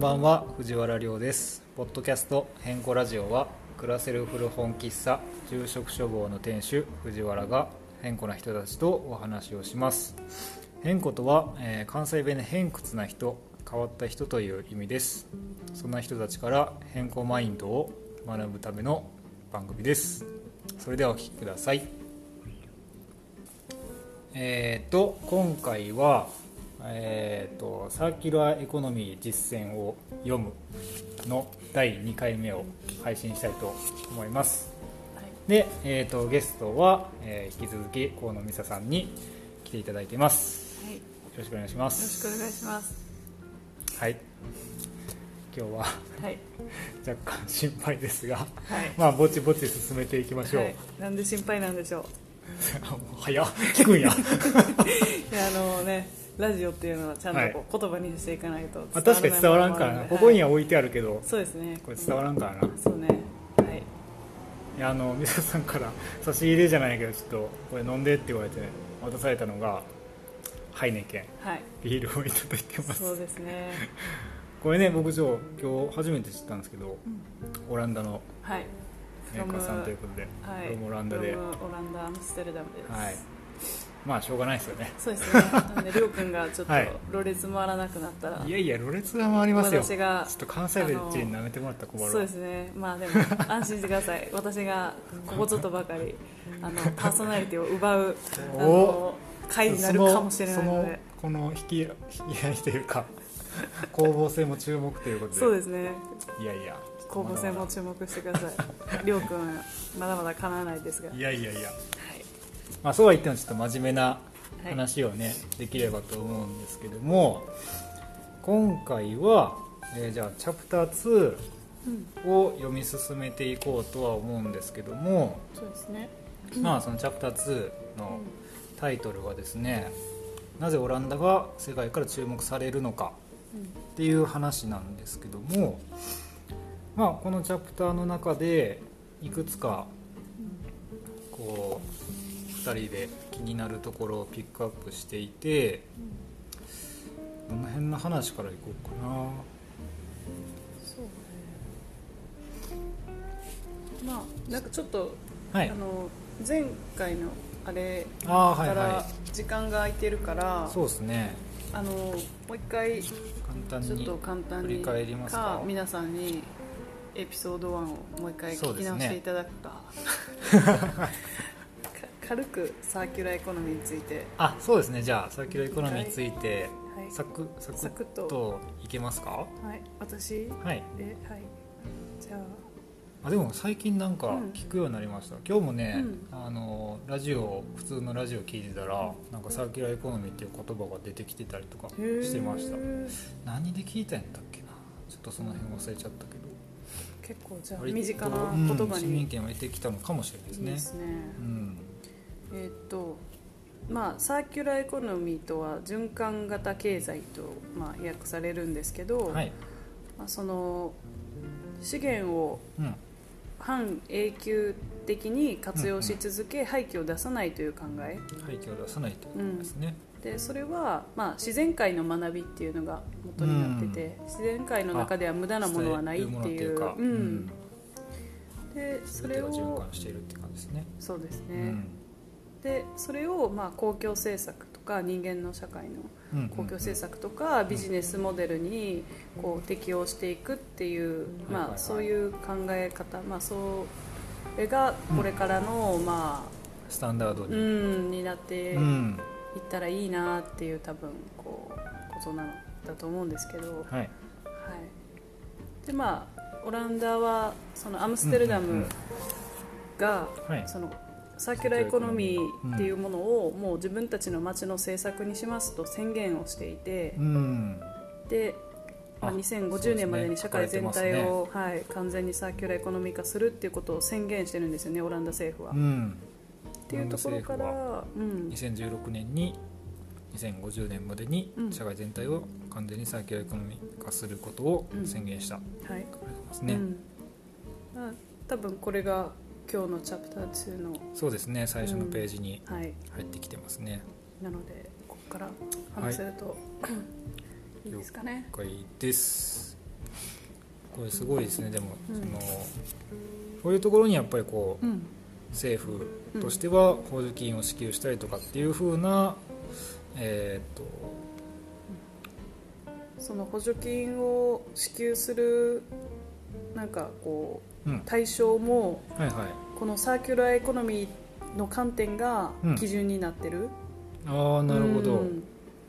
ばんは藤原亮ですポッドキャスト「変更ラジオは」暮らせる古本喫茶住職処房の店主藤原が変更な人たちとお話をします変更とは、えー関西弁で偏屈な人変わった人という意味ですそんな人たちから変更マインドを学ぶための番組ですそれではお聞きくださいえー、と今回は、えーと「サーキュラーエコノミー実践を読む」の第2回目を配信したいと思いますで、えー、とゲストは、えー引き続き河野美沙さんに来ていただいていますはい、よよろしくお願いしまろしすくお願いします。はい今日は はい、若干心配ですがはい、まあぼちぼち進めていきましょう、はい、なんで心配なんでしょあ もう早っ聞 くんやう。いや、あのね、ラジオっていうのはちゃんとこう、言葉にしていかないとまあ確かに伝わらんからなここにはは置いてあるけどい、そうですね。これ伝わらんからなそうね、はい、いやあの美 沙さんから差し入れじゃないけどちょっとこれ飲んでって言われて渡されたのがハイネケンはい、ビールをいただいてますそうですね。これね僕ちょ今日初めて知ったんですけど、んオランダのはい、 メーカーさんということで、はい、これもオランダでフロムオランダアムステルダムです。はいまあしょうがないですよねそうですね。なんで、りょうくんがちょっとはいろれつ回らなくなったら。いやいやろれつは回りますよちょ私がっと関西弁人に舐めてもらったら困るそうですねまあでも安心してく ださい私がここちょっとばかりあのパーソナリティを奪うあの回になるかもしれないのでそのそのこの引き引き合いという か攻防戦も注目ということでそうですねいやいや攻防戦も注目してくださいりょうくんまだまだ叶わないですがはいいやいやいやまあ、そうは言ってもちょっと真面目なはい話をね、できればと思うんですけども今回は、えーじゃあチャプターうん2を読み進めていこうとは思うんですけども、そうですねまあそのチャプター2のタイトルがですねなぜオランダが世界から注目されるのかっていう話なんですけども、まあ、このチャプターの中でいくつかこう2人で気になるところをピックアップしていてどの辺の話からいこうかなそうねまあなんかちょっと、はいあの前回のあれああーかはいらは時間が空いてるから、いそうですねあのもう一回簡単ちょっにと簡単に振り返りますか皆さんにエピソード1をもう一回そう聞できすね直していただく かか軽くサーキュラーエコノミーについて、あそうですねじゃあサーキュラーエコノミーについてはいサクササククッッとといけますかはい、私はいえはいじゃああでも最近なんかうん聞くようになりました、今日もね、うんあのラジオ普通のラジオ聞いてたらなんかサーキュラーエコノミーっていう言葉が出てきてたりとかしてましたへー何で聞いたんやったっけなちょっとその辺忘れちゃったけど結構じゃあ割と身近な言うん葉市民に、権を得てきたのかもしれないですいいねですねうんえーっとまあ、サーキュラーエコノミーとは循環型経済と、まあ、訳されるんですけど、はい、まあ、その資源をうん、半永久的に活用し続け廃棄を出さないという考え廃棄を出さないということですね、でそれは、まあ、自然界の学びっていうのが元になってて、自然界の中では無駄なものはないっていうか、ううんん、でそ全てれが循を環しているって感じですねそうですうね、んでそれを、まあ、公共政策とか人間の社会のうん公共政策とかビジネスモデルにこう適応していくっていう、うんはいはいまはあ、いそういう考え方、まあ、それがこれからの、まあスタンダードうに、ん、になっていっうんたらいいなっていう多分こうことなんだと思うんですけど、ははい、い、でまあオランダはそのアムステルダうんうんうムんが、はいそのサーキュラーエコノミーっていうものをもう自分たちの町の政策にしますと宣言をしていて。うんで、まあ、あそう2050ですね年までに社会全体書を、はい、完全にサーキュラーエコノミー化するっていうことを宣言してるんですよねオランダ政府は。うっん、ていうところか日本政ら、うん、 2016年に2050年までにうん社会全体を完全にサーキュラーエコノミー化することを宣言した、はい、書かれてますうね、んまあ、多分これが今日のチャプター2の、そうですね最初のページにはい、入ってきてますね、なのでここから話せると、い、いですかね。了解ですこれすごいですねでも、うんそのこういうところにやっぱりこう、うん政府としては補助金を支給したりとかっていう風な、えーっとその補助金を支給するなんかこううん対象もはいはいこのサーキュラーエコノミーの観点がうん基準になってる、ああなるほど、いうん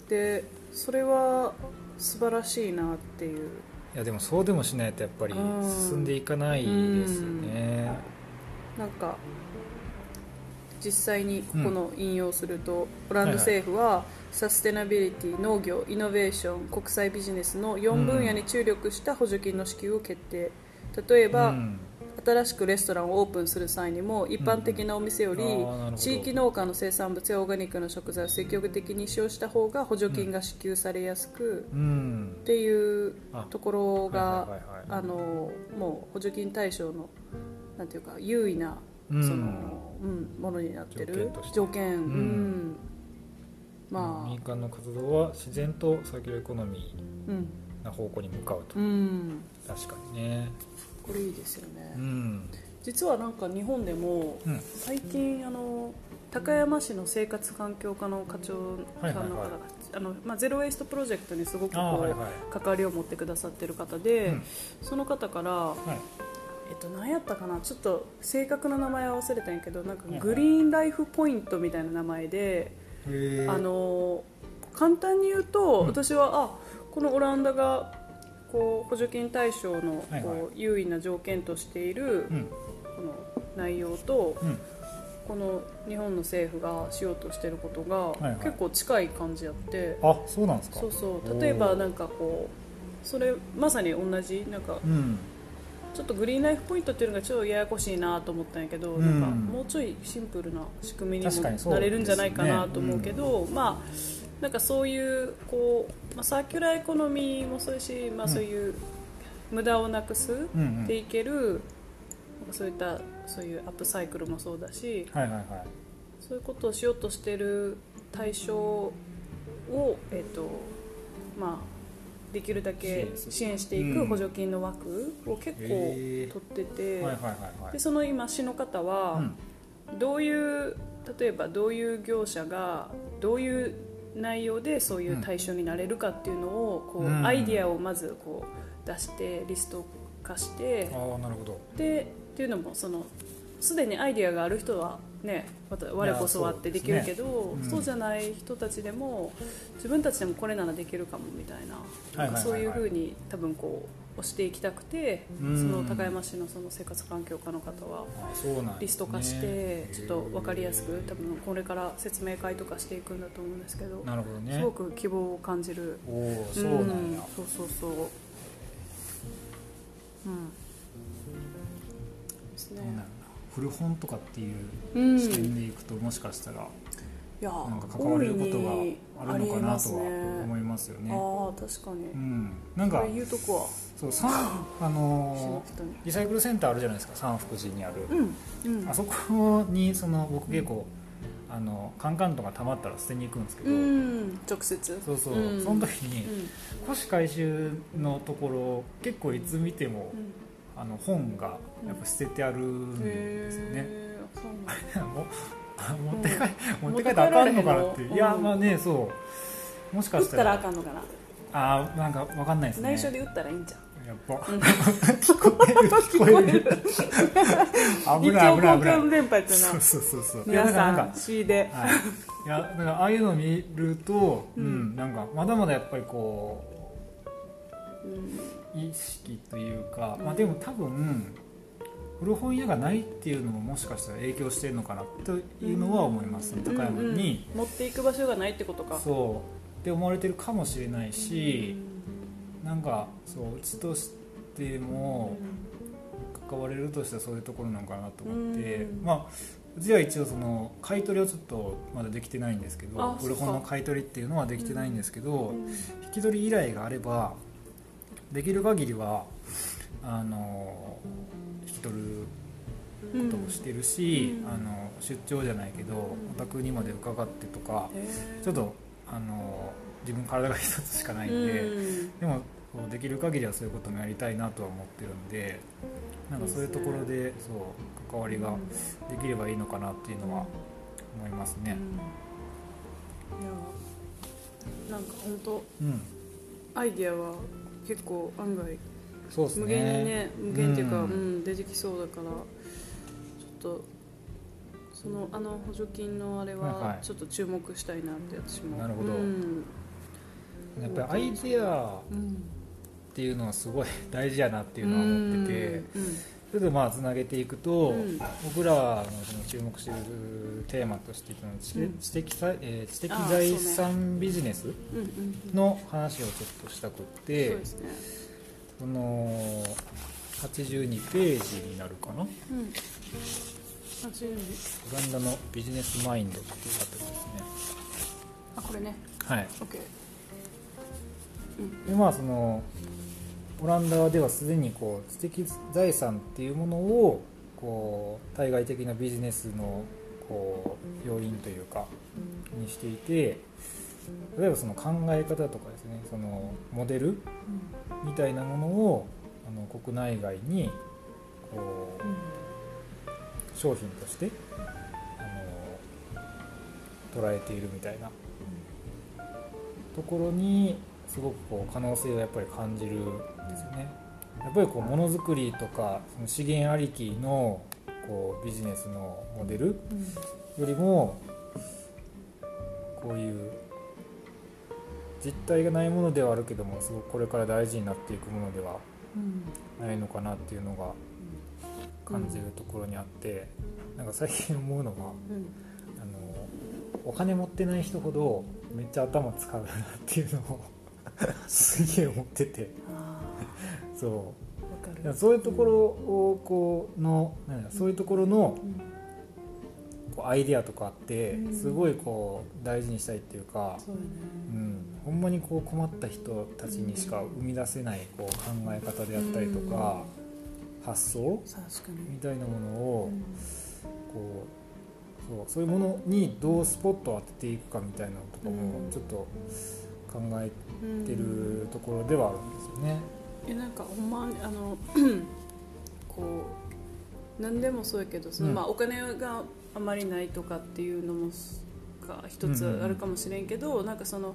でそれは素晴らしいなっていうやでもそうでもしないとやっぱりうん進んでいかないですよね、なんか実際にここの引用すると、オランダ政府はサステナビリティ農業イノベーション国際ビジネスの4分野に注力した補助金の支給を決定例えうば、ん新しくレストランをオープンする際にも一般的なお店よりうんあーなるほど地域農家の生産物やオーガニックの食材を積極的に使用した方が補助金が支給されやすくうんっていうあところはがいはいはいはいあのもう補助金対象のなんていうか優位なそうんのうんものになってる条件として条件うんんま民あ間の活動は自然とサーキュラーエコノミうんーな方向に向かうと、うん確かにねこれいいですようねん実はなんか日本でもうん最近あの高山市の生活環境課の課長さんの方が、はいはいはいあのまあ、ゼロ・ウェイストプロジェクトにすごくこう、ああはいはい関わりを持ってくださってる方で、うんその方から、はいえっと、何やったかなちょっと正確な名前は忘れたんやけどなんかはいはいグリーンライフポイントみたいな名前で、へーあの簡単に言うと、うん私はあこのオランダがこう補助金対象のこう、はいはい優位な条件としている、うんこの内容と。うんこの日本の政府がしようとしてることいはがい結構近い感じやって、あそうなんですかそうそおうー例えばなんかこうそれまさに同じなんかうんちょっとグリーンライフポイントっていうのがちょっとややこしいなと思ったんやけど、うんなんかもうちょいシンプルな仕組みに確かにそもうなですねれるんじゃないかなと思うけど、まあなんかそういうこう、まあ、サーキュラーエコノミーもそうやし、まあ、うんそういう無駄をなくすうんうんでいける、なんかそういったそういうアップサイクルもそうだし、はいはいはいそういうことをしようとしてる対象を、えっとまあ、できるだけ支援する支援していく補助金の枠を結構取へーってて、はいはいはいはいでその今、市の方うはんどういう例えばどういう業者がどういう内容でそういう対象になれるかっていうのをこう、うんアイディアをまずこう出してリスト化して。ああなるほどでっていうのもそのすでにアイディアがある人はねわた我こそはってできるけどそう,、うですねうんじゃない人たちでも自分たちでもこれならできるかもみたいなはないはいはいはいんかそういうふうに多分こう押していきたくてそうんの高山市のその生活環境課の方はあそうなんですねリスト化してへーちょっと分かりやすく多分これから説明会とかしていくんだと思うんですけどなるほどねすごく希望を感じるおおそうなんやうんそうそうそううんですねどうなんだろう古本とかっていううん視点でいくと、もしかしたらいやなんか関われることがあるのかなとは思いいますよまねすね。ああ確かに、うん、なんこかれ言うとこはそうさん あ市ののー人にリサイクルセンターあるじゃないですか三福寺にある、うんうんあそこにその僕結構、あのカンカンとか溜まったら捨てに行くんですけど、うん直接そうそう、うんその時にうん古紙回収のところ結構いつ見ても、うんあの本がやっぱ捨ててあるんですよね。へーそうなんだ もあ持って帰、うん持って帰ったらあかんのかなって、持って帰られへんのいやうんまあねそうもしか打っしたたららあかんのかな、あーなんかわかんないですね内緒で打ったらいいんじゃんやっぱ、うん聞こえる聞こえる危一ない応危ない危交ない換連敗っていうのそうはそうそうそういやだ皆からさなんんか C ではいいやだからああいうのを見ると、うんうんなんかまだまだやっぱりこうんう意識というか、うんまあ、でも多分古本屋がないっていうのももしかしたら影響してるのかなというのは思います、ね高山に。うんうん持っていく場所がないってことかそうって思われてるかもしれないし、なんかそううちとしても関われるとしたらそういうところなのかなと思って、うんまあうちは一応その買い取りはちょっとまだできてないんですけあどそっか古本の買い取りっていうのはできてないんですけど、うんうん引き取り依頼があればできる限りはあの引き取ることをしてるし、うんあの出張じゃないけどお宅にまで伺ってとか、へーちょっとあの自分体が一つしかないんで、うんでもこうできる限りはそういうこともやりたいなとは思ってるんでなんかそういうところでそう関わりができればいいのかなっていうのは思いますね。うんいやなんか本当うん、アイディアは結構案外そうですね無限にね無限っていうか、ううんん出てきそうだからちょっとそのあの補助金のあれはいははいちょっと注目したいなって私も、なるほどうんやっぱりアイデアうん、っていうのはすごい大事やなっていうのは思っててうんうんそれでまあつなげていくと、うん僕らのその注目しているテーマとしていたのは知うん知的さ、えー知的あー財産ビジネスうんうんうんの話をちょっとしたくっそうてですね、その82ページになるかなうん、あそういうのオランダのビジネスマインドっていうあたりですねあこれねはい OK でまあそのオランダではすでにこう知的財産っていうものをこう対外的なビジネスのこう要因というかにしていて例えばその考え方とかですねそのモデルみたいなものをあの国内外にこう商品としてあの捉えているみたいなところにすごくこう可能性をやっぱり感じるんですよね。やっぱりこうものづくりとかその資源ありきのこうビジネスのモデルよりもこういう実体がないものではあるけどもすごくこれから大事になっていくものではないのかなっていうのが感じるところにあって、なんか最近思うのがあのお金持ってない人ほどめっちゃ頭使うなっていうのを すげえ思っててそわかうそういうところをこうのなんだそういうところのこうアイデアとかあってうんすごいこう大事にしたいっていうか、そうだねうん、ほんまにこう困った人たちにしか生み出せないこう考え方であったりとか発想確かみにたいなものをこうそうそういうものにどうスポットを当てていくかみたいなのとかうもんちょっと考えうんてるところではあるんですよね。えなんかほんまあのこう何でもそうやけどその、うんまあ、お金があまりないとかっていうのもすが一つあるかもしれんけど、なんかその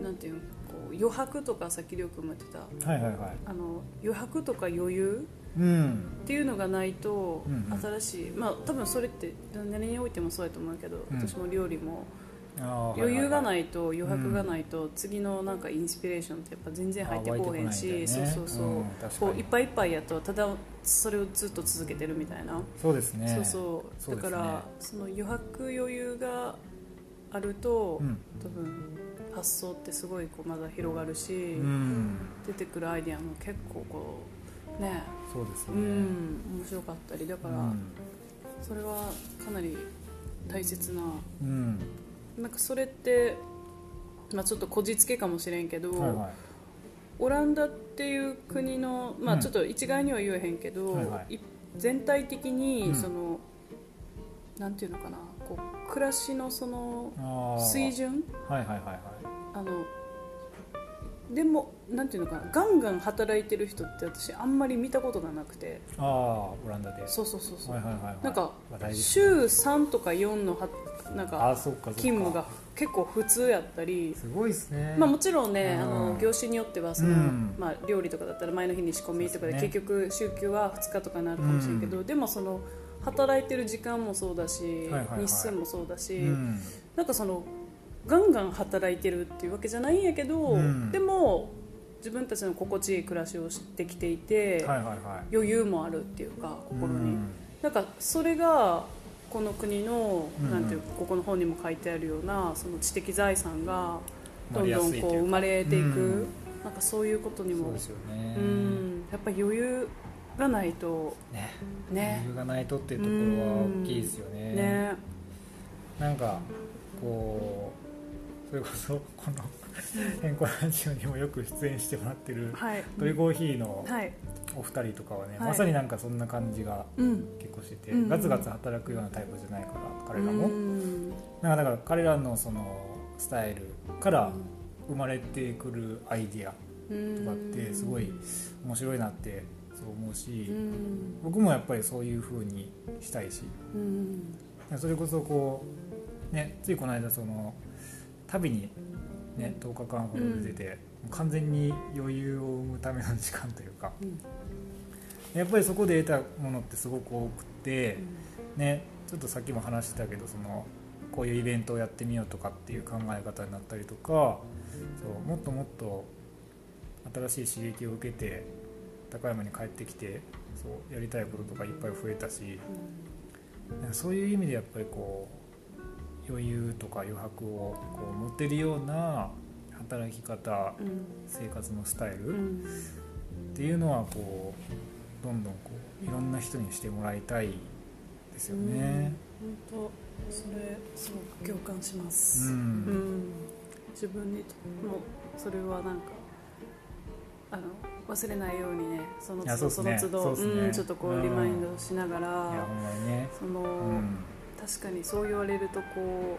なんていうんこう余白とかさっきりょうくんも言ってたはいはいはい。あの余白とか余裕うん。っていうのがないとうんうん新しい、まあ多分それって何においてもそうやと思うけど、うん私も料理も余余裕がい。ないと余白がないと次のなんかインスピレーションってやっぱ全然入ってこうへんし、あ湧いてこそなういんだよねそうそう、うん確かこにういっぱいいっぱいやとただそれをずっと続けてるみたいな、そうですね。そうそうそうでだすねからその余白余裕があると、うん。多分発想ってすごいこうまだ広がるし、うん。出てくるアイデアも結構こうねそうですうね。ん面白かったりだうから、ん。それはかなり大切なうん。なんかそれって、まあ、ちょっとこじつけかもしれんけど、はいはオランダっていう国の、まうあ、んちょっと一概には言えへんけど、はいはいい全体的うにんその、なんていうのかなこう暮らしのそのい。ああ。水準はいはいはいはい。あのでもなんていうのかなガンガン働いてる人って私あんまり見たことがなくてああオランダで。そうそうそうそう、はいはいはいはい。なんかまあ大事ですね。週3とか4のはなんあかあそっかそっか。勤務が。結構普通やったり。すごいですね。まあ、もちろんね、うんあの業種によってはその、うんまあ、料理とかだったら前の日に仕込みとかでそうです結局、週休は2日とかになるかもしれんけど、うでもその働いてる時間もそうだし、はいはいはい日数もそうだし、うん。なんかそのガンガン働いてるっていうわけじゃないんやけど、うんでも自分たちの心地いい暮らしをしてきていて、はいはいはい。余裕もあるっていうか心に、うんなんかそれがこの国の、うんうんなんていうかここの本にも書いてあるようなその知的財産が生まどんれやどすんいというかこう生まれていく、うんなんかそういうことにそうもですよね。うんやっぱり余裕がないとね。ね余裕がないとっていうところは大きいですよね。ねなんかこうそれこそこの変更ラジオにもよく出演してもらってるはいトイコーヒーのはいお二人とかはね、はいまさになんかそんな感じがうん結構してて、うんガツガツ働くようなタイプじゃないから彼らも、うんなんかだから彼らのそのスタイルからうん生まれてくるアイディアとかってすごい面白いなってそう思ううしん僕もやっぱりそういう風にしたいしうんそれこそこうねついこの間その旅にね10日間ほど出てて、完全に余裕を生むための時間というかうんやっぱりそこで得たものってすごく多くて、ねちょっとさっきも話してたけどそのこういうイベントをやってみようとかっていう考え方になったりとかそうもっともっと新しい刺激を受けて高山に帰ってきてそうやりたいこととかいっぱい増えたし。なんかそういう意味でやっぱりこう余裕とか余白をこう持てるような働き方うん生活のスタイうルっんていうのはこうどんどんこういろんな人にしてもらいたいですよね。うん本当それすごく共感しまう、す、うんん自分にともそれはなんかあの忘れないようにねそのいや都そうっす度そねの都度そうっすねうんちょっとこううんリマインドしながいやらほんまにね。その、うん、確かにそう言われるとこ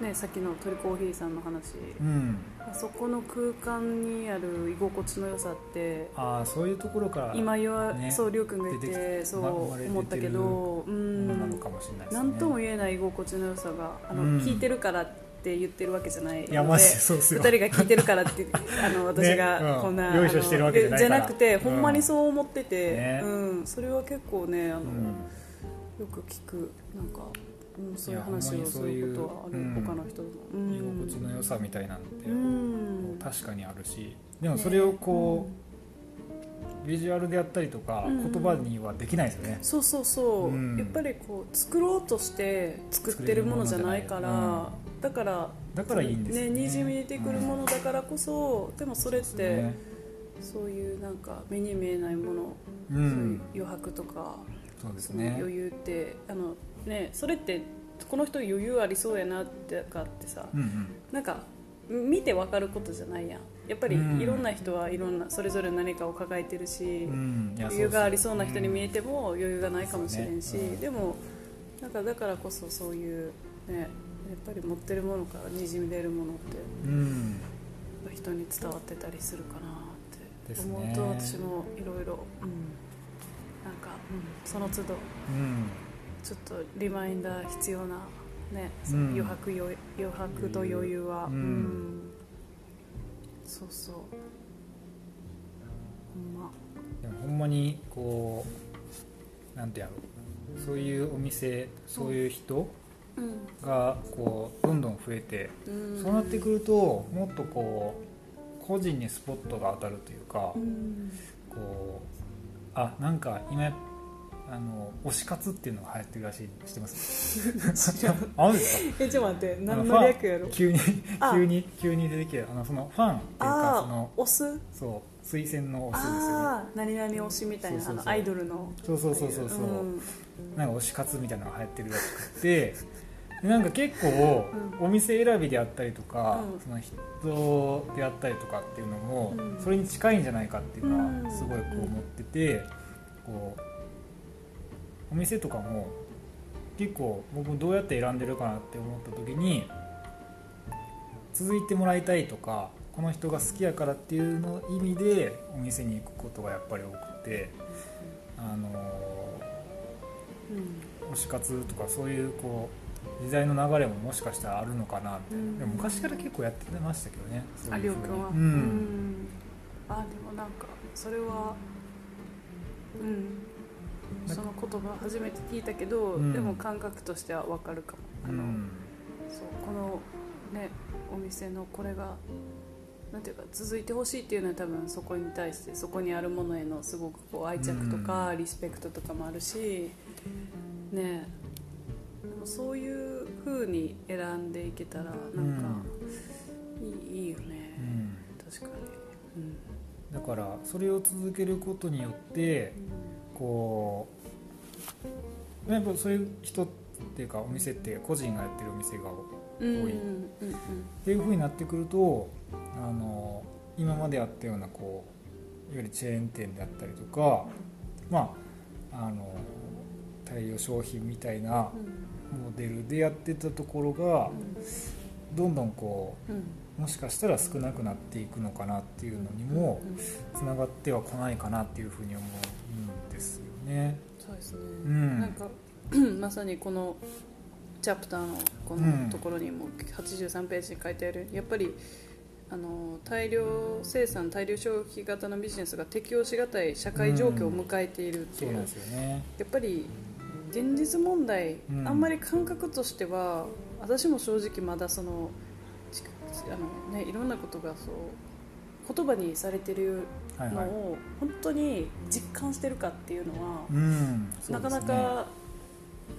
うねさっきの鳥コーヒーさんの話、うん、あそこの空間にある居心地の良さってああそういうところから今言わ、ねそうりょうくんが言っ出ててきそうま生まれて思ったけどうもんのなのかもしれないですね。何とも言えない居心地の良さがあの、うん聞いてるからって言ってるわけじゃないのいやマジでそうです2よ。人が聞いてるからって あの私ねうがんこんな、よいしょしてるわけじゃないからあのでじゃなくうてんほんまにそう思ってて、ねうん、それは結構ねあの、うんよく聞くなんか、うん、そういういやほん話まをにすそういうることはある、うん他の人の、う居ん、心地の良さみたいなんてうん確かにあるしでもそれをこう、ビジュアルでやったりとか、うんうん言葉にはできないですよね、そうそうそう、うんやっぱりこう作ろうとして作ってるものじゃないから作だからだからいいんですよねにじみ出てくるものだからこそ、でもそれって、ねそういうなんか目に見えないもの、うそういうん余白とかそうですそのね余裕ってあの、ね、それってこの人余裕ありそうやなってかってさ、うんうんなんか見てわかることじゃないやんやっぱりうんいろんな人はいろんなそれぞれ何かを抱えてるし、うんいや余裕がありそうな人に見えてても余裕がないかもしれんし、そうねうんでもなんかだからこそそういう、ね、やっぱり持ってるものからにじみ出るものってうん、うん人に伝わってたりするかなってです思ねうと、私もいろいろなんか、うん、その都度うんちょっとリマインダー必要な、ねうん余白余余白と余裕は、うんうんそうそうほんまでもほんまにこうなんてやろうそういうお店そういう人うがこうどんどん増えて、んそうなってくるともっとこう個人にスポットが当たるというか、うんこうあなんか今あの推し活っていうのが流行ってるらしい知ってますあるんです かえちょっと待ってあ何ファのン略やろ急にあ急に急に出てきてあのそのファンっていうかそあのあ押すそう推薦の推しですよねああ何々推しみたいなそうそうそうあのアイドルのそうそうそうそうそう、んなんか推し活みたいなのが流行ってるらしくてでなんか結構お店選びであったりとか、うんその人であったりとかっていうのも、うんそれに近いんじゃないかっていうのうはんすごいこう思ってて、こうお店とかも結構僕もどうやって選んでるかなって思った時に続いてもらいたいとかこの人が好きやからっていうの意味でお店に行くことがやっぱり多くて。あのうん推し活とかそういうこう時代の流れももしかしたらあるのかなみたいな、うんでも昔から結構やってましたけどねそうあいりうょうふうくにんは、ううんんあでもなんかそれはうんなその言葉初めて聞いたけど、うんでも感覚としてはわかるかもあうの、んそうこのねお店のこれがなんていうか続いてほしいっていうのは多分そこに対してそこにあるものへのすごくこう愛着とかリスペクトとかもあるし、ねえでもそういう風に選んでいけたらなんかいい,、いいようねん確かに、うんだからそれを続けることによってこうやっぱそういう人っていうかお店って個人がやってるお店がうん、多いうんうんうんっていうふうになってくるとあの今まであったようなこういわゆるチェーン店であったりとかまああの大量消費みたいなモデルでやってたところがうんどんどんこうんうもしかしたら少なくなっていくのかなっていうのにもうんつながってはこないかなっていうふうに思うんですよね。そうですね、んなんかまさにこのチャプターのこうんのところにも83ページに書いてあるやっぱりあの大量生産大量消費型のビジネスが適応しがたい社会状況を迎えているってそいうう、なんやですよね。っぱり現実問題、うんあんまり感覚としては私も正直まだそのちあの、ね、いろんなことがそう言葉にされてるはいのはい。を本当に実感してるかっていうのは、うん、そなうかですねなか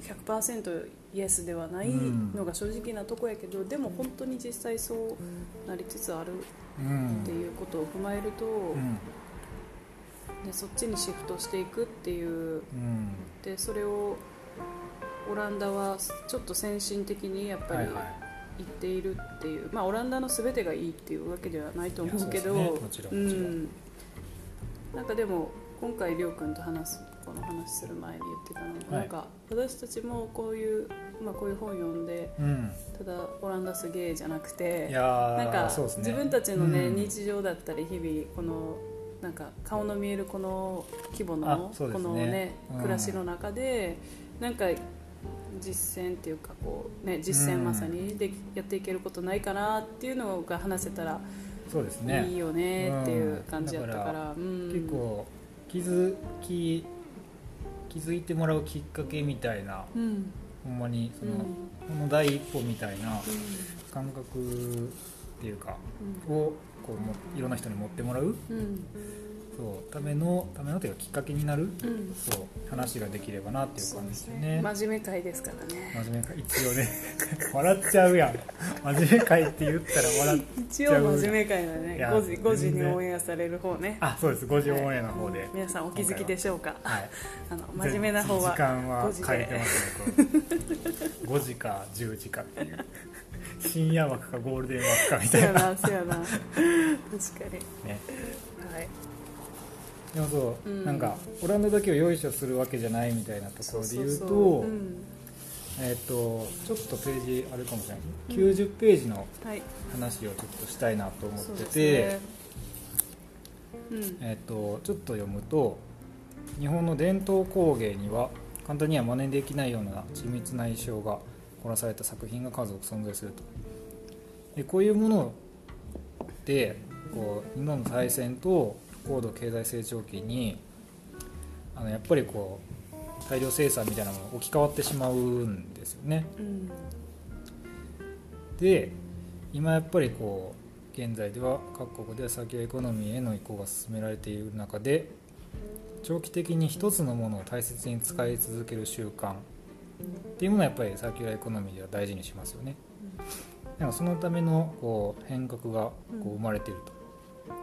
100%イエスではないのが正直なとこやけど、でも本当に実際そうなりつつあるうんっていうことを踏まえると、うんね、そっちにシフトしていくっていううんでそれをオランダはちょっと先進的にやっぱはりいはい言っているっていう、まあ、オランダの全てがいいっていうわけではないと思うけどいやそうですねもちろんもちろんうん、なんかでも今回りょうくんと話すこの話する前に言ってたのが、はいなんか私たちもこういう、まあ、こういう本読んでうん、ただオランダすげえじゃなくいてやーなんかそうですね自分たちの、ねうん日常だったり日々このなんか顔の見えるこの規模あの、そうでこすねの、ねうん暮らしの中でなんか実践っていうかこう、ね、実う践んまさにでやっていけることないかなっていうのが話せたらそうですねいいよねっていううん感じやったから,、だからうん結構気づき気づいてもらうきっかけみたいなうんうんほんまにその、うんこの第一歩みたいな感覚っていうかをこうもいろんな人に持ってもらううんうんそうためのためのというかきっかけになる、うんそう話ができればなっていう感じですよね。真面目会ですからね真面目か一応ね 笑っちゃうやん真面目かいって言ったら笑っ一応真面目会だねいや5時5時に全然オンエアされる方ねあそうです5時オンエアの方で、皆さんお気づきでしょうかはいあの真面目な方は時間は5時変えてでますねこう5時か10時かっていう深夜枠かゴールデン枠かみそたやいななそやな確かねにはいでもそう、うんなんかオランダだけを用意書するわけじゃないみたいなところで言うとん、えっ、とちょっとページあるかもしれない、うん90ページのはい話をちょっとしたいなと思っそうてですて、ねうんえー、とちょっと読むと日本の伝統工芸には簡単には真似できないような緻密な意匠が凝らされた作品が数多く存在するとでこういうものでこう日本の再選と高度経済成長期にあのやっぱりこう大量生産みたいなものが置き換わってしまうんですよねうんで今やっぱりこう現在では各国では先エコノミーへの移行が進められている中で長期的に一つのものを大切に使い続ける習慣っていうものはやっぱりサーキュラーエコノミーでは大事にしますよね。なんかそのためのこう変革がこう生まれていると。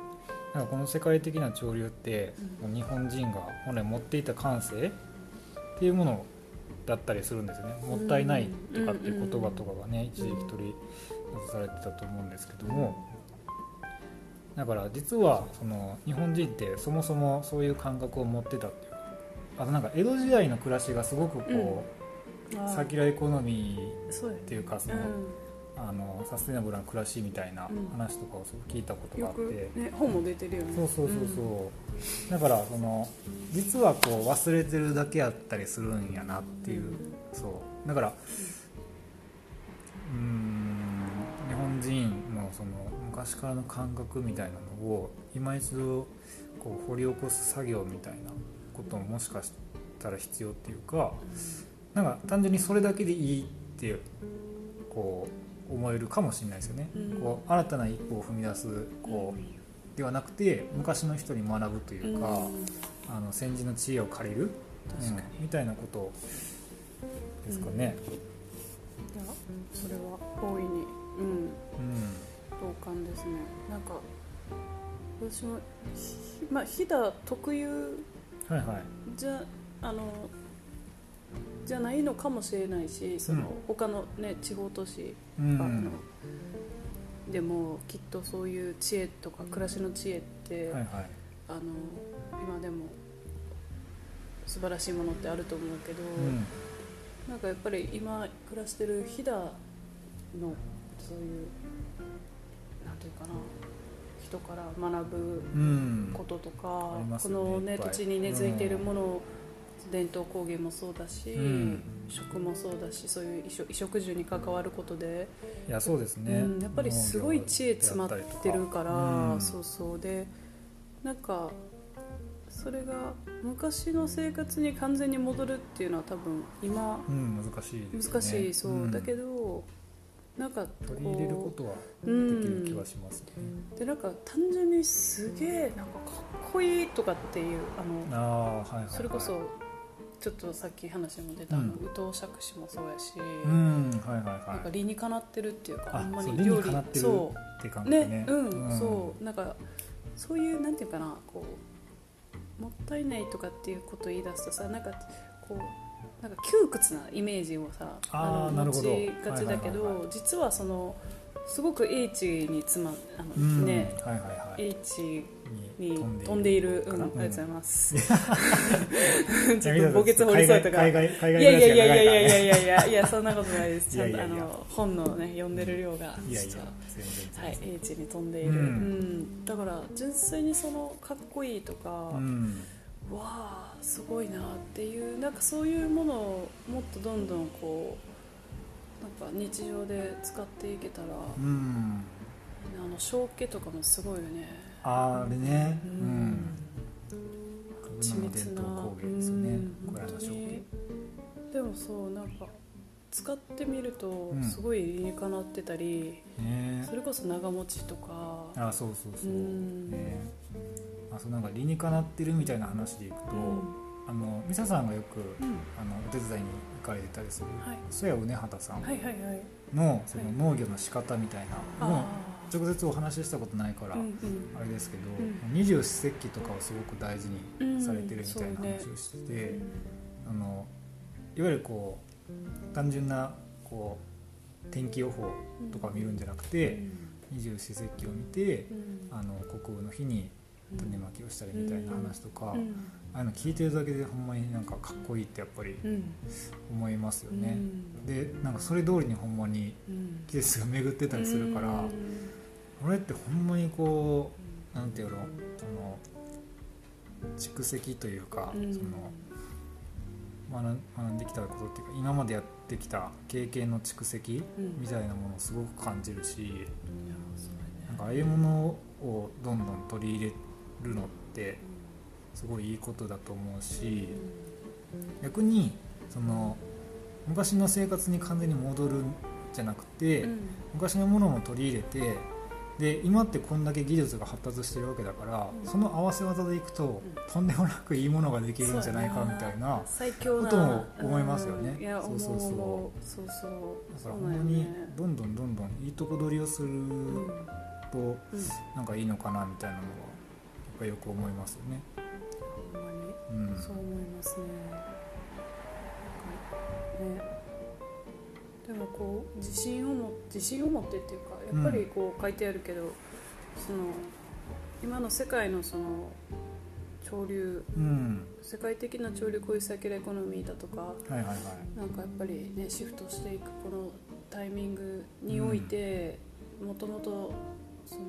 なんかこの世界的な潮流って日本人が本来持っていた感性っていうものだったりするんですよね。もったいないとかっていう言葉とかがね一時期取り出されてたと思うんですけども。だから実はその日本人ってそもそもそういう感覚を持ってたっていうあとなんか江戸時代の暮らしがすごくこう、あーサーキュラーエコノミーそうやっていうかその、あのサステナブルな暮らしみたいな話とかをすごく聞いたこうん、とよがあって、く、ね、本も出てるよねそうそうそうそう、だからその実はこう忘れてるだけやったりするんやなっていう、うんそうだからうーん日本人のその昔からの感覚みたいなのを今一度こう掘り起こす作業みたいなことももしかしたら必要っていうかなんか単純にそれだけでいいっていうこう思えるかもしれないですよね、うんこう新たな一歩を踏み出すこう、ではなくて昔の人に学ぶというか、んあの先人の知恵を借りる、確うんかに、みたいなことですかね。いやそれは大いにうんうん同感ですねなんか私もひまあ飛騨特有はいはいじゃあのじゃないのかもしれないしその、うん他の、ね、地方都市うあのん、でもきっとそういう知恵とか暮らしの知恵って、はいはいあの今でも素晴らしいものってあると思うけど、うんなんかやっぱり今暮らしてる飛騨のそういうなんていうかな人から学ぶうんこととあか、りますこねのいねっぱい土地に根付いているものを、伝統工芸もそうだし、うん食もそうだしそういう衣食衣食住に関わることで、いやそうですね、うん、やっぱりすごい知恵詰まってるからうんそうそうでなんかそれが昔の生活に完全に戻るっていうのは多分今うん、難しいです、ね、難しい、そう、んだけどなんかこう取り入れることはうでんきる気はしますね、でなんか単純にすげえなんかかっこいいとかっていうあのああはいはい、はい、それこそちょっとさっき話にも出た、うんあの宇藤釈氏もそうやし、うんはいはいなんはか理にかなってるっていうかああんまそうり理に料か理なってるそいって感覚うねねうん、そうなんかそういうなんていうかなこうもったいないとかっていうことを言い出すとさなんかこうなんか窮屈なイメージをさあーのなるほ持どちがちだけど、はいはいは実はそのすごく英知につまあの、うんねはいはいは英知いに飛んでいる、うかん、なありがとうございうん ます。いちやょっと墓穴掘りそうとか。海外海外海い外やいや暮らしいやがいや長いからねいやいやいやいやいやそんなことないです。ちゃんいとやあいやいやの本のね読んでる量がいやいやちょっ全と然はい英知に飛んでいる。ううんんだから純粋にそのかっこいいとかう、んわあすごいなっていうなんかそういうものをもっとどんどんこうなんか日常で使っていけたら、うんあの正気とかもすごいよね。あれねううんん緻の密伝な統工芸ですよねうんこれは本当ショッにでもそうなんか使ってみるとうんすごい理にかなってたり、クねそれこそ長持ちとかあそうそうそううんねあそうなんか理にかなってるみたいな話でいくとあの美沙さんがよくうんあのお手伝いに行かれてたりするはい曽谷畝畑さんはいはいはいのその農業の仕方みたいなのをあー直接お話ししたことないからうんうんあれですけどうん二十四節気とかをすごく大事にされてるみたいなうんそうね話をしててあのいわゆるこう単純なこう天気予報とかを見るんじゃなくうてん二十四節気を見てうんあの国語の日に種まきをしたりみたいな話とかうんああいうの聞いてるだけでほんまになんかかっこいいってやっぱりうん思いますようね。んでなんかそれ通りにほんまにうん季節が巡ってたりするから、うんこれってほんまにこうなんていうのあの蓄積というか、うんその学ん学んできたことっていうか今までやってきた経験の蓄積うんみたいなものをすごく感じるし、いやそうやねなんかああいうものをどんどん取り入れるのってすごいいいことだと思うし逆にその昔の生活に完全に戻るんじゃなくて。うん昔のものも取り入れてで今ってこんだけ技術が発達してるわけだから、うんその合わせ技でいくと、とんでもなくいいものができるんじゃないかみたいな最強なことも思いますよねうんいやそ思ううそうそう思うそうそうだかそらうほんなまんよにねどんどんどんどんいいとこ取りをするうんとうんなんかいいのかなみたいなのはやっぱよく思いますよね。ほんまにうん、そう思いますね。ね。でもこう自信をも自信を持ってっていうかやっぱりこう書いてあるけど、その今の世界のその潮流うん、世界的な潮流こういうサーキュラーエコノミーだとかはいはいはい。なんかやっぱりねシフトしていくこのタイミングにおいてもともとその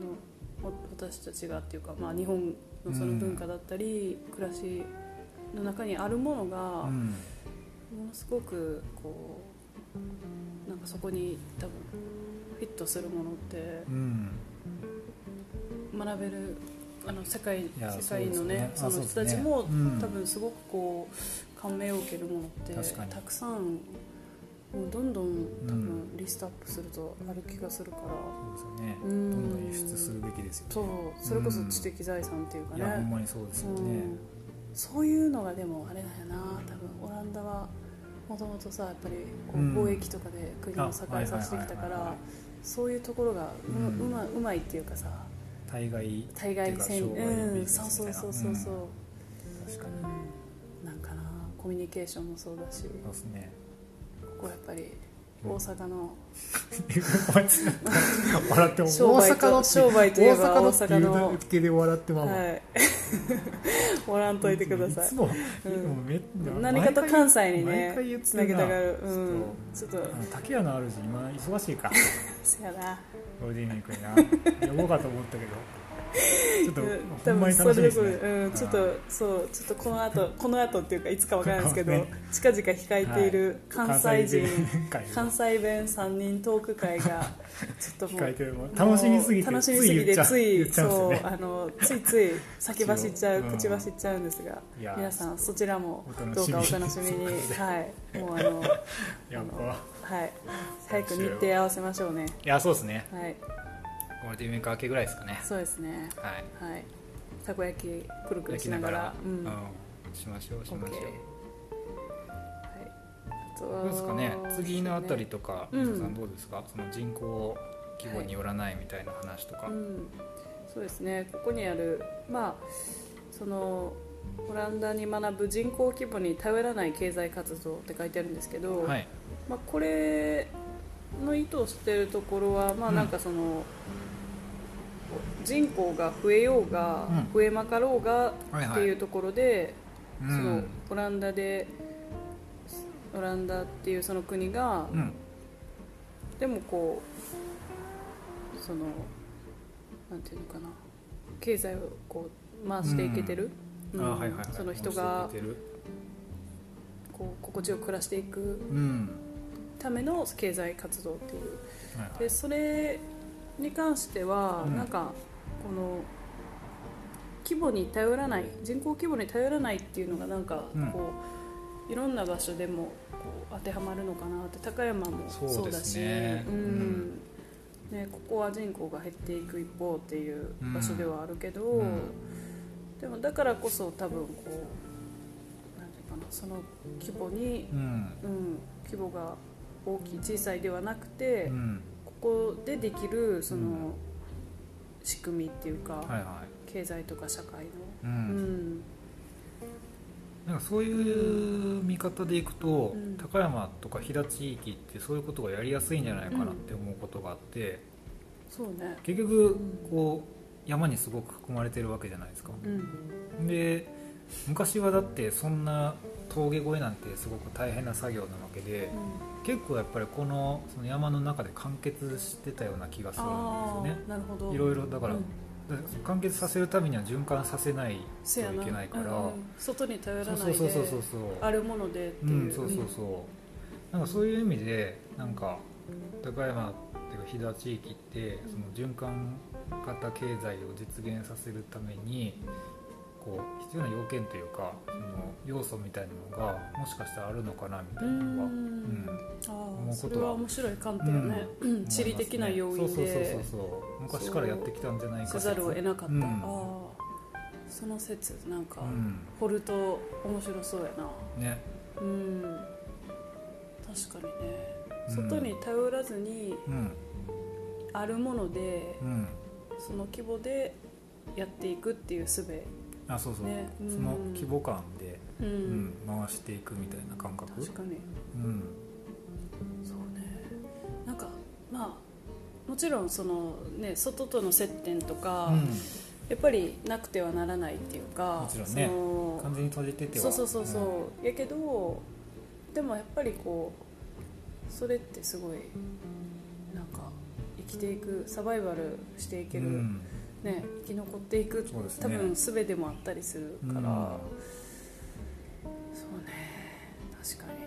お私たちがっていうか、まあ、日本のその文化だったり、暮らしの中にあるものが、うん、ものすごくこうなんかそこに多分フィットするものってうん、学べるあの世界いや世界のねそそうですねあの人たちそうも、ですねうん多分すごくこう感銘を受けるものって確かにたくさんもうどんどん多う分リストアップするとある気がするから、そうですよね。うどんんどん輸出するべきですそようね。それこそ知的財産っていうかいねや、ほんまにそうですようねん。そういうのがでもあれだよな多分オランダはもともとさやっぱりこううん貿易とかで国を栄えさせてきたかあはいはいはいはいはらいそういうところがう,、うんうまうまいっていうかさ対外対外っ戦ていうか商売のうビんジそうネスみそうたいなそうそうそう、確かに。うん、なんかなコミュニケーションもそうだしそうですね。ここやっぱり大阪の 笑っても商売と商売といえ ば大阪のっていうだけで笑ってまうわ、はいおらんといてくださいつもうんもうめ何かと関西に毎ね回言ってつるななげたがるうんちょっとあの竹谷の主今忙しいかせやなゴールデンウィークにな呼ぼうかと思ったけどちょっうんとほんまに楽しみですねそれどころうん、ちょっとそうちょっとこの後この後っていうかいつかわからないですけど、ね近々控えている関西人関西人関西弁三人トーク会がちょっとも控えうてるもん楽しみすぎて楽しみつすいぎ言っちてゃうつい言っちゃうんそうですよねあのついつい先走っちゃう一応口走っちゃうんですがいや皆さんそちらもお楽しみどうかお楽し みにはいもうあのやっぱはい早く日程合わせましょうねいやそうですねはいゴールデンウィーク明けぐらいですかねそうですねはいはいたこ焼きくるくる焼しきななががららううんんしましょうし OK まはしいょうあとどはうですかね次のあたりとかうん水野さんどうですかその人口規模によらないみたいな話とかうん、そうですねここにある、まあ、そのオランダに学ぶ人口規模に頼らない経済活動って書いてあるんですけど、はいまあ、これの意図してるところは、まあ、うんなんかその、人口が増えようが、うん増えまかろうがっていうところで、うそのんオランダでオランダっていうその国が、うんでもこうそのなんていうのかな経済をこう回していけてる、あうんはいはいはいその人が申し出てるこう心地よく暮らしていくうんための経済活動っていうはいはいでそれに関しては、うんなんかこの規模に頼らない人口規模に頼らないっていうのがなんかうんこう、いろんな場所でもこう当てはまるのかなって高山もそそううでだすしねうんね、ここは人口が減っていく一方っていう場所ではあるけど、うんうんでもだからこそ多分こうなんていうかなその規模に、うんうん、規模が大きい小さいではなくて。うんここでできるその、うん仕組みっていうか、はいは経済とか社会の、いううんんなんかそういう見方でいくと、うん高山とか飛騨地域ってそういうことがやりやすいんじゃないかなって思うことがあって、そうね、結局こう山にすごく囲まれてるわけじゃないですか、うんで昔はだってそんな峠越えなんてすごく大変な作業なわけで結構やっぱりこのその山の中で完結してたような気がするんああ、ですよねなるほどいろいろだからうんだから完結させるためには循環させないとせやいけないから、うんうん外に頼らないでそうそうそうそうそうあるものでってういう、ん、そうそうそう、なんかそういう意味でなんか高山っていうか飛騨地域ってその循環型経済を実現させるためにこう必要な要件というかその要素みたいなのがもしかしたらあるのかなみたいなのうは、うんんあ思あうそこれとはは面白い観点よね、うん地理的な要因思いますねでそうそうそうそう昔からやってきたんじゃないかせざるを得なかった、うんああその説なんか、うん掘ると面白そうやなねうん確かにねうん外に頼らずにうんあるものでうんその規模でやっていくっていう術あそうそう、ねうんその規模感で、うん、うん、回していくみたいな感覚確かにうんそうねなんかまあもちろんそのね外との接点とか、うやっぱりなくてはならないっていうかもちろんねそん、の完全に閉じててはそうそうそうそう、やけどでもやっぱりこうそれってすごいなんか生きていくサバイバルしていけうる、んね、生き残っていく、そうですね多分すべてもあったりするから、うんそうね確かに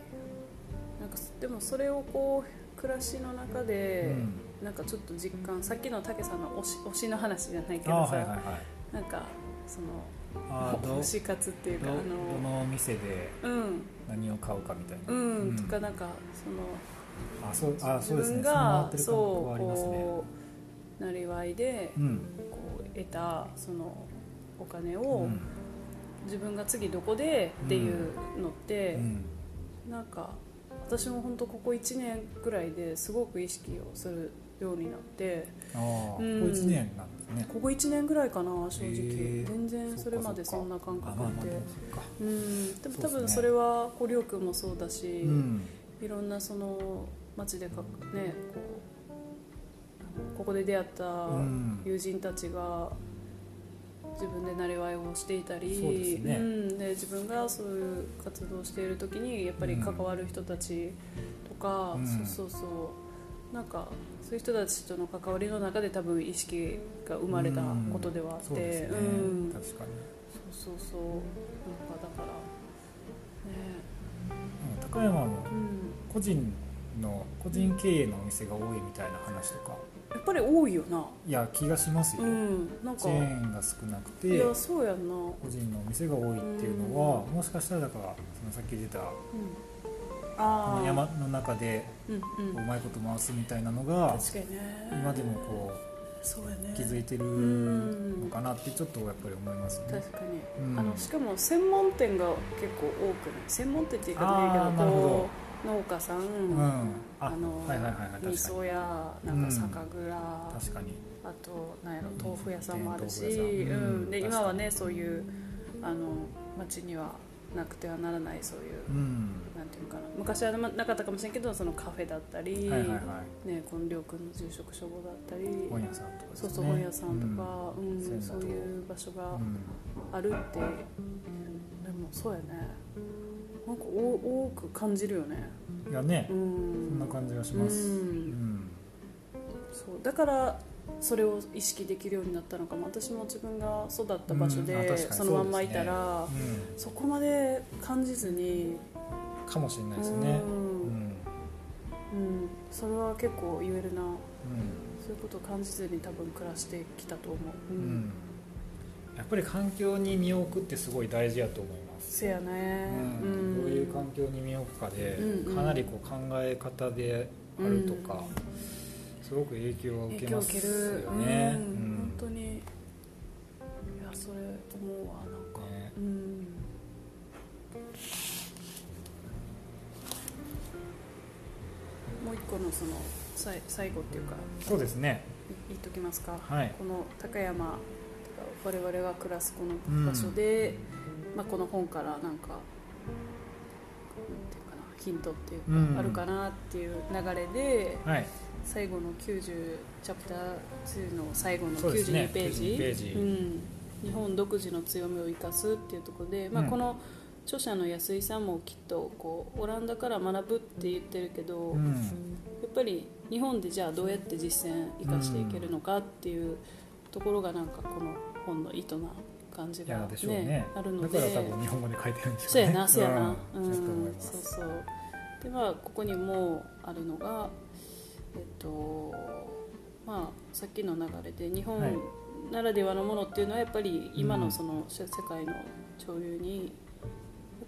なんかでもそれをこう暮らしの中で、なんかちょっと実感さっきのたけさんの推し推しの話じゃないけああどはさ、いはいはいなんかそのああど推し活っていうかあどどののお店でうん何を買うかみたいな、うん、うんとかなんかそのあそうあそうですねその自分回がってる感覚そはあうりますねこうなりわいで、うんこう得たそのお金を、うん自分が次どこでっていうのってう、んなんか私も本当ここ1年ぐらいですごく意識をするようになってああここうん1年なんですねここ1年ぐらいかな正直、へー全然それまでそっそかんな感あまあ覚まあででもそっかうんでもそう多っすね分それはこうりょうくんもそうだし、うんいろんなその街でかねこうここで出会ったうん友人たちが自分でなりわいをしていたりそうですねん、で自分がそういう活動をしている時にやっぱり関わる人たちとか、うんそうそうそうなんかそういう人たちとの関わりの中で多分意識が生まれたことではあっそうですてね、うんそう確かにそうそうなんかだからねうん高山もうん個人の個人経営のお店が多いみたいな話とかやっぱり多いよないや気がしますよ、うんなんチかェーンが少なくいてやそうやんな、うん、個人のお店が多いっていうのはもしかしたらだからそのさっき出たこあのあ山の中でうんうこうんうまいこと回すみたいなのが確かにね今でもこそうやねう気づいてるのかなってちょっとやっぱり思いますね確。かに、うんあのしかも専門店が結構多くない専門店って言い方なあいーけなどるほどこう農家さん、うん、ああの、はいはいはいはい味確か噌に屋なんか酒蔵あ確かにとなんやろうん豆腐屋さんもあるし、豆腐屋さうんんうんで確か今にはねそういうあの町にはなくてはならないそういう、うんなんていうのかな昔はななかったかもしれんけどそのカフェだったり、はいはいはいね、このりょうくんの住職処方だったり本屋さんとかですそねうそう本屋さんとか、うん銭湯そういう場所が。うんうんあるってでもそうやねなんかお多く感じるよねいやねう、んそんな感じがします、ううんんそうだからそれを意識できるようになったのかも私も自分が育った場所で、うんあ確かにそのまんまいたうらんそ,、こまで感じずにかもしれないですねううんん、うんそれは結構言えるなそういうことを感じずに多分暮らしてきたと思う、ううんん、うんやっぱり環境に身を置くってすごい大事やと思いますせやね、ううん、んどういう環境に身を置くかで、うんうんかなりこう考え方であるとか、すごく影響を受影け響をま受けする、ようんね。本当にいやそれ思うわなんか、うんねうんもう一個のそのさい最後っていうかそうですね。い言っときますか、はい。この高山とか我々が暮らすこの場所で、まあ、この本からなんかなんていうかなヒントっていうか、うんあるかなっていう流れではい。最後の90チャプター2の最後のそうですね92ページ92ページうん、日本独自の強みを生かすっていうところで、まあ、うんこの著者の安井さんもきっとこうオランダから学ぶって言ってるけど、うやん。っぱり日本でじゃあどうやって実践生かしていけるのかっていうところがなんかこの本の意図な感じいが、やねでしょうね。あるのだでから多分日本語で書いてるんでしそうょうね。やな、そうやな、う うん。だと思いん、まそうす。そう。で、まあ、ここにもうあるのが、えっと、まあ、さっきの流れで、日本はいならではのものっていうのは、やっぱり今うのんその世世界の潮流に、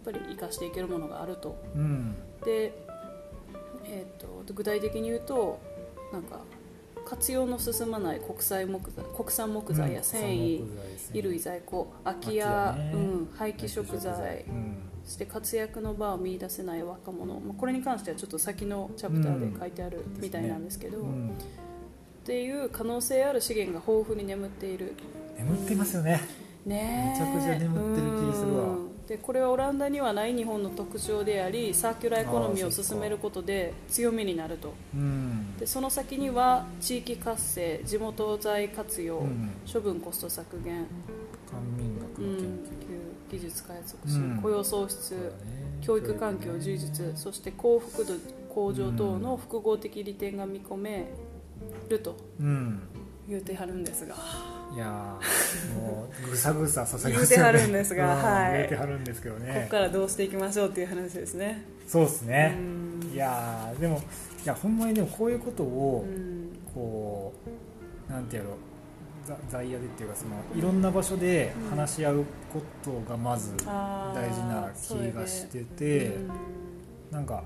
やっぱり生かしていけるものがあると。うん。で、えっと、具体的に言うと、なんか、活用の進まない国際木材国産木材や繊維、うん。そう衣類木材在庫空き空家、き家ねうん、廃ですね棄食材うん。そして活躍の場を見出せない若者、まあ、これに関してはちょっと先のチャプターで書いてあるみたいなんですけど、うっん。ていう可能性ある資源が豊富に眠っている眠ってますよね。ねえめちゃくちゃ眠ってる気がするわうんでこれはオランダにはない日本の特徴でありサーキュラーエコノミーを進めることで強みになるとうん。でその先には地域活性地元財活用、うん。処分コスト削減、官民学うのん研究。、技術開発促進、うん雇用創出、そうだね教育環境充実そして幸福度向上等の複合的利点が見込めるとうん。言うてはるんですがいやーもうぐさぐさ刺さりま言うすてよはねるんですがうんはい言うてはるんですけどここねからどうしていきましょうっていう話ですね。そうですうね、んいやーでもいやほんまにでもこういうことうをんこうなんてやろうざ在野でっていうかそのいろんな場所で話し合うことがまずあー大事なそうやね気がしてて、うんなんか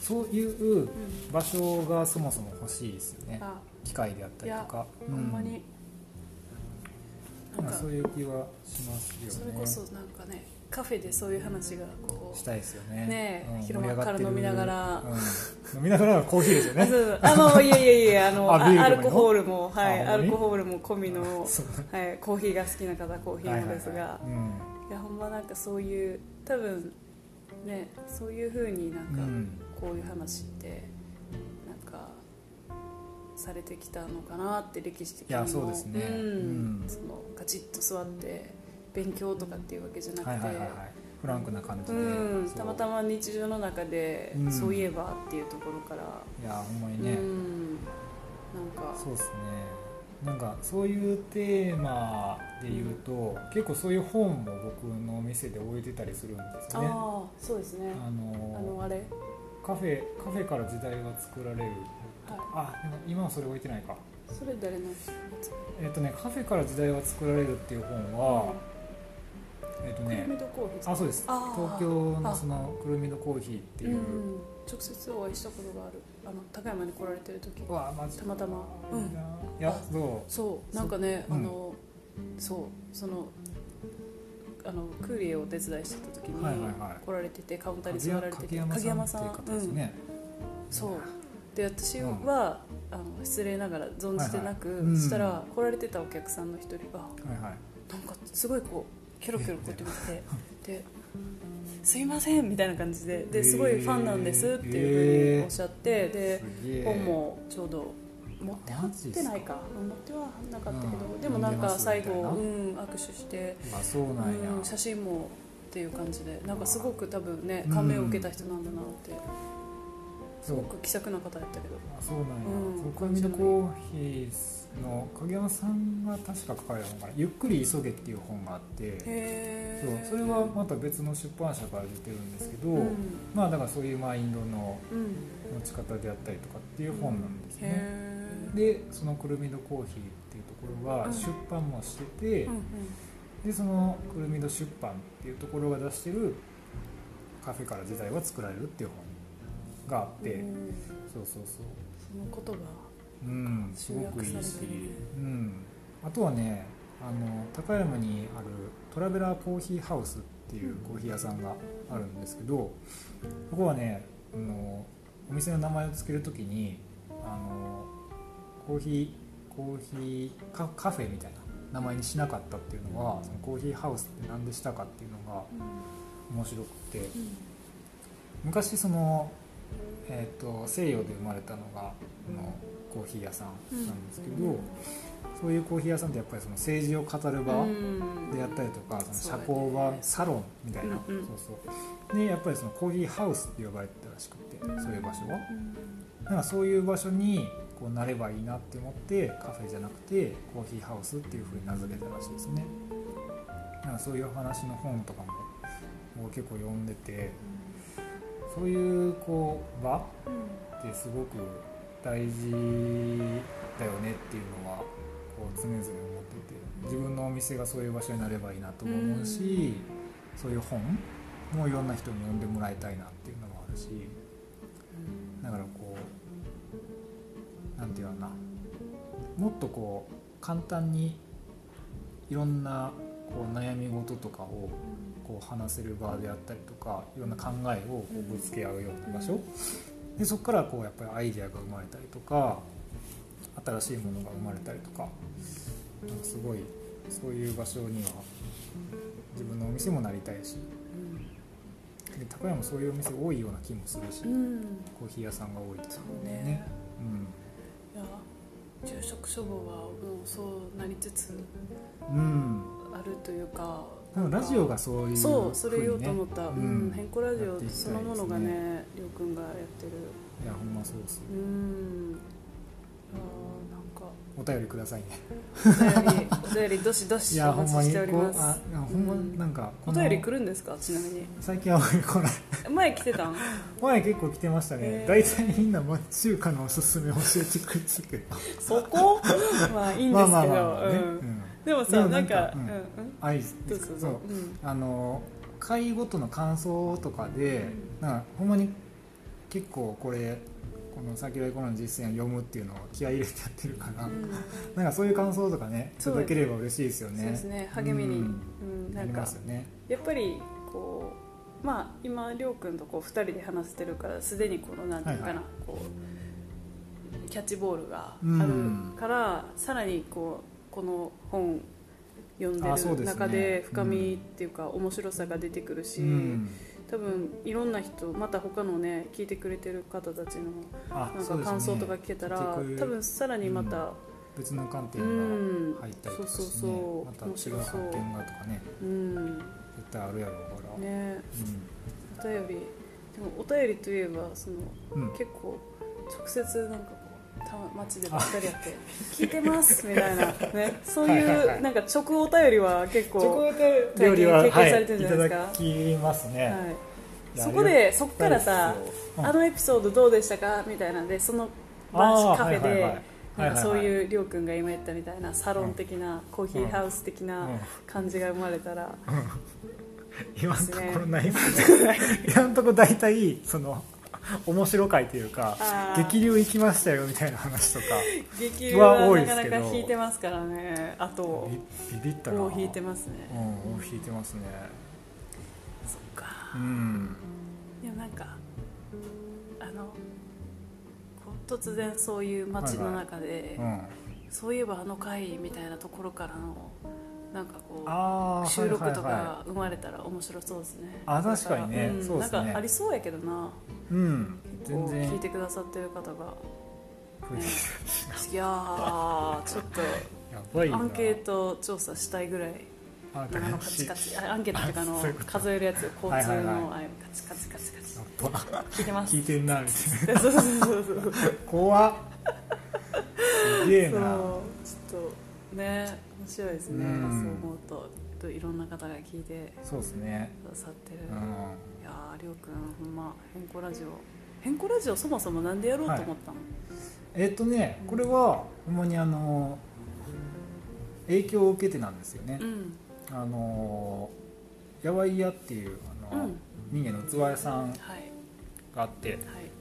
そうそういううん場所がそもそも欲しいですよねあ機会であったりとかほんまうにんなんまあかそういう気はしますよねそれこそなんかねカフェでそういう話がこしうたいですよねねえうん広場から飲みながら盛り上がってるうん飲みながらのコーヒーですよあねそうあのいやいやいやあ のあビールでもいいのあアルコホールもはいあアほんまにルコホールも込みの そうはいコーヒーが好きな方はコーヒーもですはいはいがはいうんいやほんまなんかそういう多分ねそういうふうになんか、うんこういう話ってなんかされてきたのかなって歴史的いにもやそうですねうんうんそのガチッと座って勉強とかっていうわけじゃなくて、はいはいはいはいフランクな感じで、うんそうたまたま日常の中で、うんそういえばっていうところから、いやほんまにね、うんなんかそうですねなんかそういうテーマで言うと、結構そういう本も僕の店で置いてたりするんですねあああそうですねあののあれ、カフェカフェから時代が作られるはあでも今はそれ置いてないかい、それ誰のやつえっとね「カフェから時代は作られる」っていう本は、えっとクルミねドコーヒーあそうですあー東京のそのくるみのコーヒーっていう、ん、直接お会いしたことがあるあの高山に来られてる時うわマジたまたまうんいいな、いやそそうなんかね、うんあのそうそのあのクーリエをお手伝いしてた時にはいはいはい来られてて、カウンうターに座られてて影山さん影っていう方ですうんね、そうで私は、あの失礼ながら存じてなく、はいはいうんそしたら来られてたお客さんの一人がはいはいなんかすごいこうキョロキョロこうやって見 ててで「すいません」みたいな感じでへーですごいファンなんですっていうふうにおっしゃってですげえ本もちょうど持ってはマジっっすかてないか持ってはなかったけど、うんでもなんか最後、飲んでますうみん、握手して、あそうなんや、うん写真もっていう感じでなんかすごく多分ね感銘を受けた人なんだなって、すそごうく気さくな方やったけど。あそうなんや、うんそうくるみのコーヒーの影山さんが確か書かれた本かな「ゆっくり急げ」っていう本があってへそうーそれはまた別の出版社から出てるんですけど、うんまあだからそういうマインドのうん持ち方であったりとかっていう本なんですね、へーでそのくるみのコーヒーっていうところうはん出版もしてて、うんうんでそのくるみの出版っていうところが出してる「カフェから時代は作られる」っていう本があって、うんそうそうそうその言葉うん、すごくいい集約しされてるね、うん、あとはねあの高山にあるトラベラーコーヒーハウスっていうコーヒー屋さんがあるんですけどそこはねあのお店の名前を付けるときにあのコーヒーコーヒーカカフェみたいな名前にしなかったっていうのはそのコーヒーハウスって何でしたかっていうのが面白くて昔その、えー、と西洋で生まれたのがこのコーヒー屋さんなんですけど、そういうコーヒー屋さんってやっぱりその政治を語る場うんであったりとか、その社そう交だ場、ねサロンみたいな、うんうんそうそうでやっぱりそのコーヒーハウスって呼ばれてたらしくて、うんそういう場所はうんなんかそういう場所にこうなればいいなって思ってカフェじゃなくてコーヒーハウスっていう風に名付けたらしいですねなんかそういう話の本とかも僕結構読んでてそういうこう場ってすごく大事だよねっていうのはこう常々思ってて自分のお店がそういう場所になればいいなとも思うし、うんそういう本もいろんな人に読んでもらいたいなっていうのもあるしだからこうなんていうのかなもっとこう簡単にいろんなこう悩み事とかをこう話せる場であったりとかいろんな考えをこうぶつけ合うような場所、でそこからこうやっぱりアイデアが生まれたりとか新しいものが生まれたりとかなんかすごいそういう場所には自分のお店もなりたいしで高山もそういうお店多いような気もするし、うんうんコーヒー屋さんが多いとそうねねうんいや住職処分はもうそうなりつつうん、あるというかでもラジオがそういうそうそれ言おうと思っった「ううんん変更ラジやっオて」いきたいですそねのものがねりょうくんがやってるいやほんまそうですうんあーなんかお便りくださいねお 便りお便りどしどいしやおほん待まちにしておりこうまあすいやほんまうんなんかおこの便り来るんですかちなみに最 近あんまり来ない前来て たん前結構来てましたへねー大体みんな中華のおすすめ教えて くれてたけどそこ まあいいんですけど、ねうんうんでもでさもななんんかかうんうんうんアイスどうぞどそううぞうんあの会ごとの感想とかで、うなんかほんまに結構これこの「先ほどこの実践」を読むっていうのを気合い入れてやってるから、うんなんかそういう感想とかねいそたうでだすければ嬉しいですよそうねですね励みにううんんななんりかますよねやっぱりこうまあ今りょうくんとこう2人で話してるからすでにこのなんていうかはいなはこうキャッチボールがうんあるからさらにこうこの本読んであそうるですね中でうん深みっていうか面白さが出てくるしうん多分いろんな人また他のね聞いてくれてる方たちのあなんそうですかね感想とか聞けたら、結局多分さらにまた、別の観点うんが入ったりとかそうして、そうねそうまた違う発見がとかねうん、絶対あるやろうから、ねお便りでもお便りといえばそのうん、うん、結構直接なんかこうた街でばったりやって「聞いてます」みたいな、ね、そういう、はいはいはいなんか直お便りは結チョコ構、レート料理は、は最近経験さい、れいてるじゃたないですかだきますね、はい、いやそこでそこからさ、うんあのエピソードどうでしたかみたいなんでそのバーカフェでなんかそうういうりょうくんが今言ったみたいなサロン的なコーヒーハウス的なうん感じが生まれたら今のところない今のところ大体その面白回というかあー激流行きましたよみたいな話とか激流はは多いなですかけなどか引いてますからねあとをビビビったな引いてますねうん尾を引いてますねそっかうんいやなんかあのこう突然そういう街の中でうんそういえばあの回みたいなところからのなんかこうああ収録とはいはいはか生まれたら面白そうですね。あ確かにねんそうですねなんかありそうやけどな。い、うん全こう聞い然てくださってる方 が、増えねてる、いやーちょっやばいとなアンケート調査したいぐらい。アンケあーのトカチカチあアンケートっていうかあのそういうこと数えるやつ交はい通はいのはああいうカチカチカチカチやっぱ聞いてます聞いてんなみたいそうそうそうそうな怖っすげえそうなちょっとね面白いですねうそうん思うとといろんな方が聞いてそうですねくださってるう、いんやーりょうくんほんま変更ラジオ変更ラジオそもそもなんでやろうと思ったの、えっとねこれはほんまにあの影響を受けてなんですよねう、んあのやわいやっていうあの、うん民芸の器屋さんはいがあってはい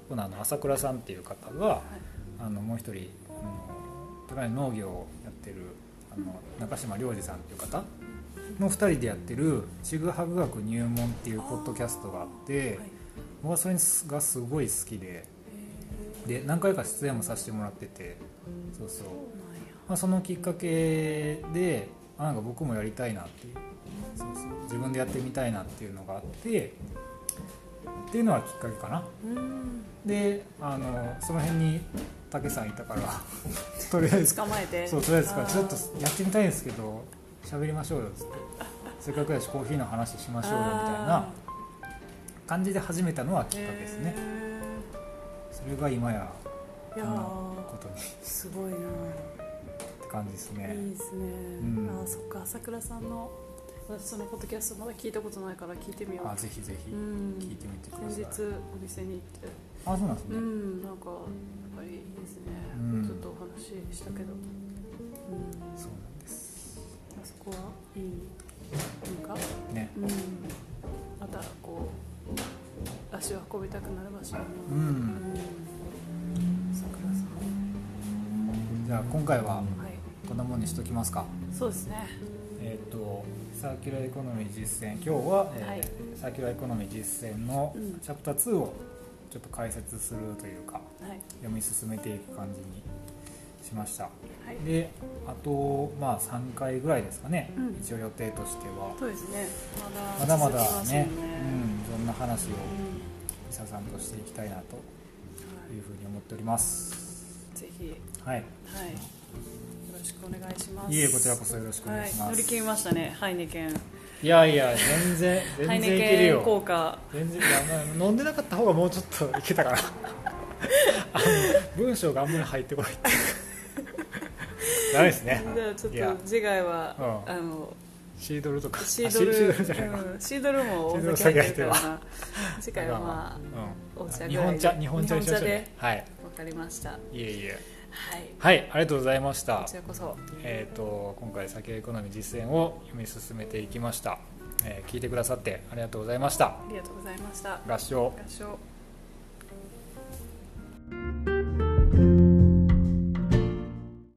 このあの朝倉さんっていう方が、あのもう一人あのお互い農業をやってるあの中島良二さんっていう方の2人でやってる「ちぐはぐ学入門」っていうポッドキャストがあってはい僕はそれがすごい好きでで何回か出演もさせてもらっててそうそうそうなんやまあ、そのきっかけであなんか僕もやりたいなっていうそうそう自分でやってみたいなっていうのがあってっていうのはきっかけかなうんであのその辺に武さんいたから とりあえず捕まえてそうとりあえずかあーちょっとやってみたいんですけど喋りましょうよっつってせっかくだしコーヒーの話しましょうよみたいなあ感じで始めたのはきーっかけですねへそれが今やーいやこんなーことにっすごいなて感じですねいいですね、んあーそっか朝倉さんの私そのポッドキャストまだ聞いたことないから聞いてみようあぜひぜひうん聞いてみてくださ先い日お店に行ってあそうなんですうね、んなんかやっぱりいいですね、うんちょっとお話ししたけどうんそうなんですあそこはいいなんかねうん、またこう足を運びたくなる場所やなうんうん桜さんじゃあ今回ははいこんなもんにしときますか。そうですねえっ、とサーキュラーエコノミー実践今日は、えーはいサーキュラーエコノミー実践のうんチャプター2をちょっと解説するというかはい読み進めていく感じにしました。はいであとまあ3回ぐらいですかね、うん一応予定としてはそうですねまだまだまだ続きますよねうん、いろんな話をうん伊佐さんとしていきたいなとはいいうふうに思っております。ぜひはい、はいよろしくお願いしますいえこちらこそよろしくお願いします。はい、乗り切りましたねハイネケンいやいや全然ハイ全ネ然いけるケン効よ果全然いや、まあ、飲んでなかった方がもうちょっといけたかなあの文章があんまり入ってこないっていうダメですねじゃあちょっいやと次回はうんあのシードルとかシあードルシードルじゃないか、うんシードルもおシード酒ル入ってるかおら酒な次回はまあうんお茶ぐらい日本茶日本茶にしましょうねはいでわかりましたはいえいえはいありがとうございましこたちらこそえっ、と今回酒エコノミー実践を読み進めていきました、えー聞いてくださってありがとうございましたありがとうございました合唱合唱